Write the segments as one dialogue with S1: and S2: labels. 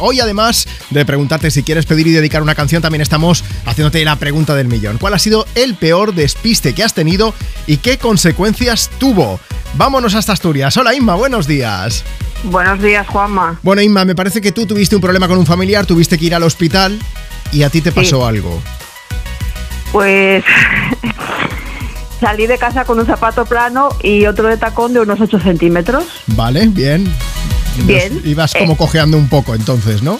S1: Hoy, además de preguntarte si quieres pedir y dedicar una canción, también estamos haciéndote la pregunta del millón. ¿Cuál ha sido el peor despiste que has tenido y qué consecuencias tuvo? Vámonos hasta Asturias. Hola Inma, buenos días.
S2: Buenos días, Juanma.
S1: Bueno, Inma, me parece que tú tuviste un problema con un familiar, tuviste que ir al hospital y a ti te
S2: Sí.
S1: pasó algo.
S2: Pues salí de casa con un zapato plano y otro de tacón de unos 8 centímetros.
S1: ¿Vale? Bien.
S2: Bien.
S1: Nos- Ibas como
S2: Eh.
S1: cojeando un poco entonces, ¿no?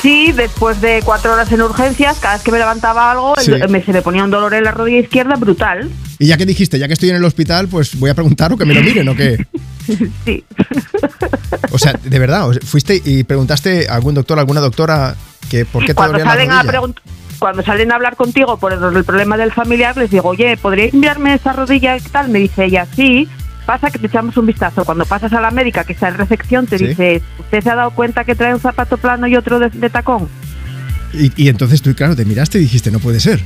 S2: Sí, después de cuatro horas en urgencias, cada vez que me levantaba algo, el-
S1: Sí.
S2: me- se me ponía un dolor en la rodilla izquierda brutal.
S1: Y ya que dijiste, ya que estoy en el hospital, pues voy a preguntar o que me lo miren o qué.
S2: Sí.
S1: O sea, de verdad, o sea, fuiste y preguntaste a algún doctor, a alguna doctora, que por qué te
S2: Cuando
S1: dolía la
S2: salen, a
S1: rodilla?
S2: pregun- cuando salen a hablar contigo por el, el problema del familiar, les digo, oye, ¿podríais enviarme esa rodilla y tal? Me dice ella, sí. Pasa que te echamos un vistazo. Cuando pasas a la médica, que está en recepción, te
S1: Sí.
S2: dice, ¿usted se ha dado cuenta que trae un zapato plano y otro de- de tacón?
S1: Y, y entonces tú, claro, te miraste y dijiste, no puede ser.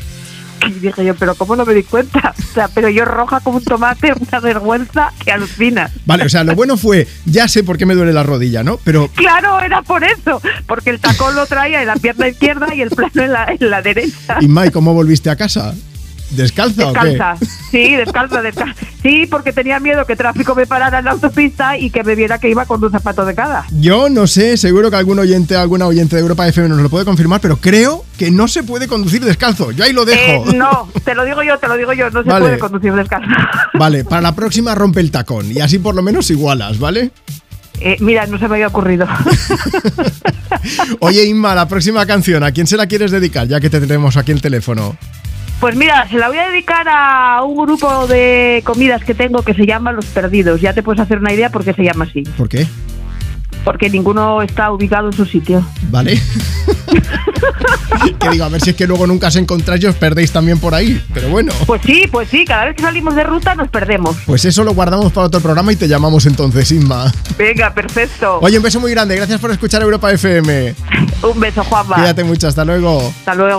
S2: Y dije yo, pero ¿cómo no me di cuenta? O sea, pero yo roja como un tomate, una vergüenza que alucina.
S1: Vale, o sea, lo bueno fue, ya sé por qué me duele la rodilla, ¿no? Pero,
S2: Claro, era por eso, porque el tacón lo traía en la pierna izquierda y el plano en la, en la derecha.
S1: ¿y Mai, cómo volviste a casa? ¿Descalza
S2: Descalza,
S1: o
S2: sí, descalza, descalza. Sí, porque tenía miedo que tráfico me parara en la autopista y que me viera que iba con un zapato de cada.
S1: qué? Yo no sé, seguro que algún oyente, alguna oyente de Europa FM nos lo puede confirmar, pero creo que no se puede conducir descalzo. Yo ahí lo
S2: Eh,
S1: dejo.
S2: no, te lo digo yo, te lo digo yo, no se
S1: Vale.
S2: puede conducir descalza.
S1: Vale, para la próxima rompe el tacón y así por lo menos igualas, ¿vale?
S2: Eh, mira, no se me había ocurrido.
S1: Oye, Inma, la próxima canción, ¿a quién se la quieres dedicar? Ya que te tenemos aquí el teléfono.
S2: Pues mira, se la voy a dedicar a un grupo de comidas que tengo que se llama Los Perdidos. Ya te puedes hacer una idea por qué se llama así.
S1: ¿Por qué?
S2: Porque ninguno está ubicado en su sitio.
S1: ¿Vale? que digo, a ver si es que luego nunca os encontráis y os perdéis también por ahí. Pero bueno.
S2: Pues sí, pues sí, cada vez que salimos de ruta nos perdemos.
S1: Pues eso lo guardamos para otro programa y te llamamos entonces, Inma.
S2: Venga, perfecto.
S1: Oye, un beso muy grande. Gracias por escuchar Europa FM.
S2: Un beso, Juanma.
S1: Cuídate mucho. Hasta luego.
S2: Hasta luego.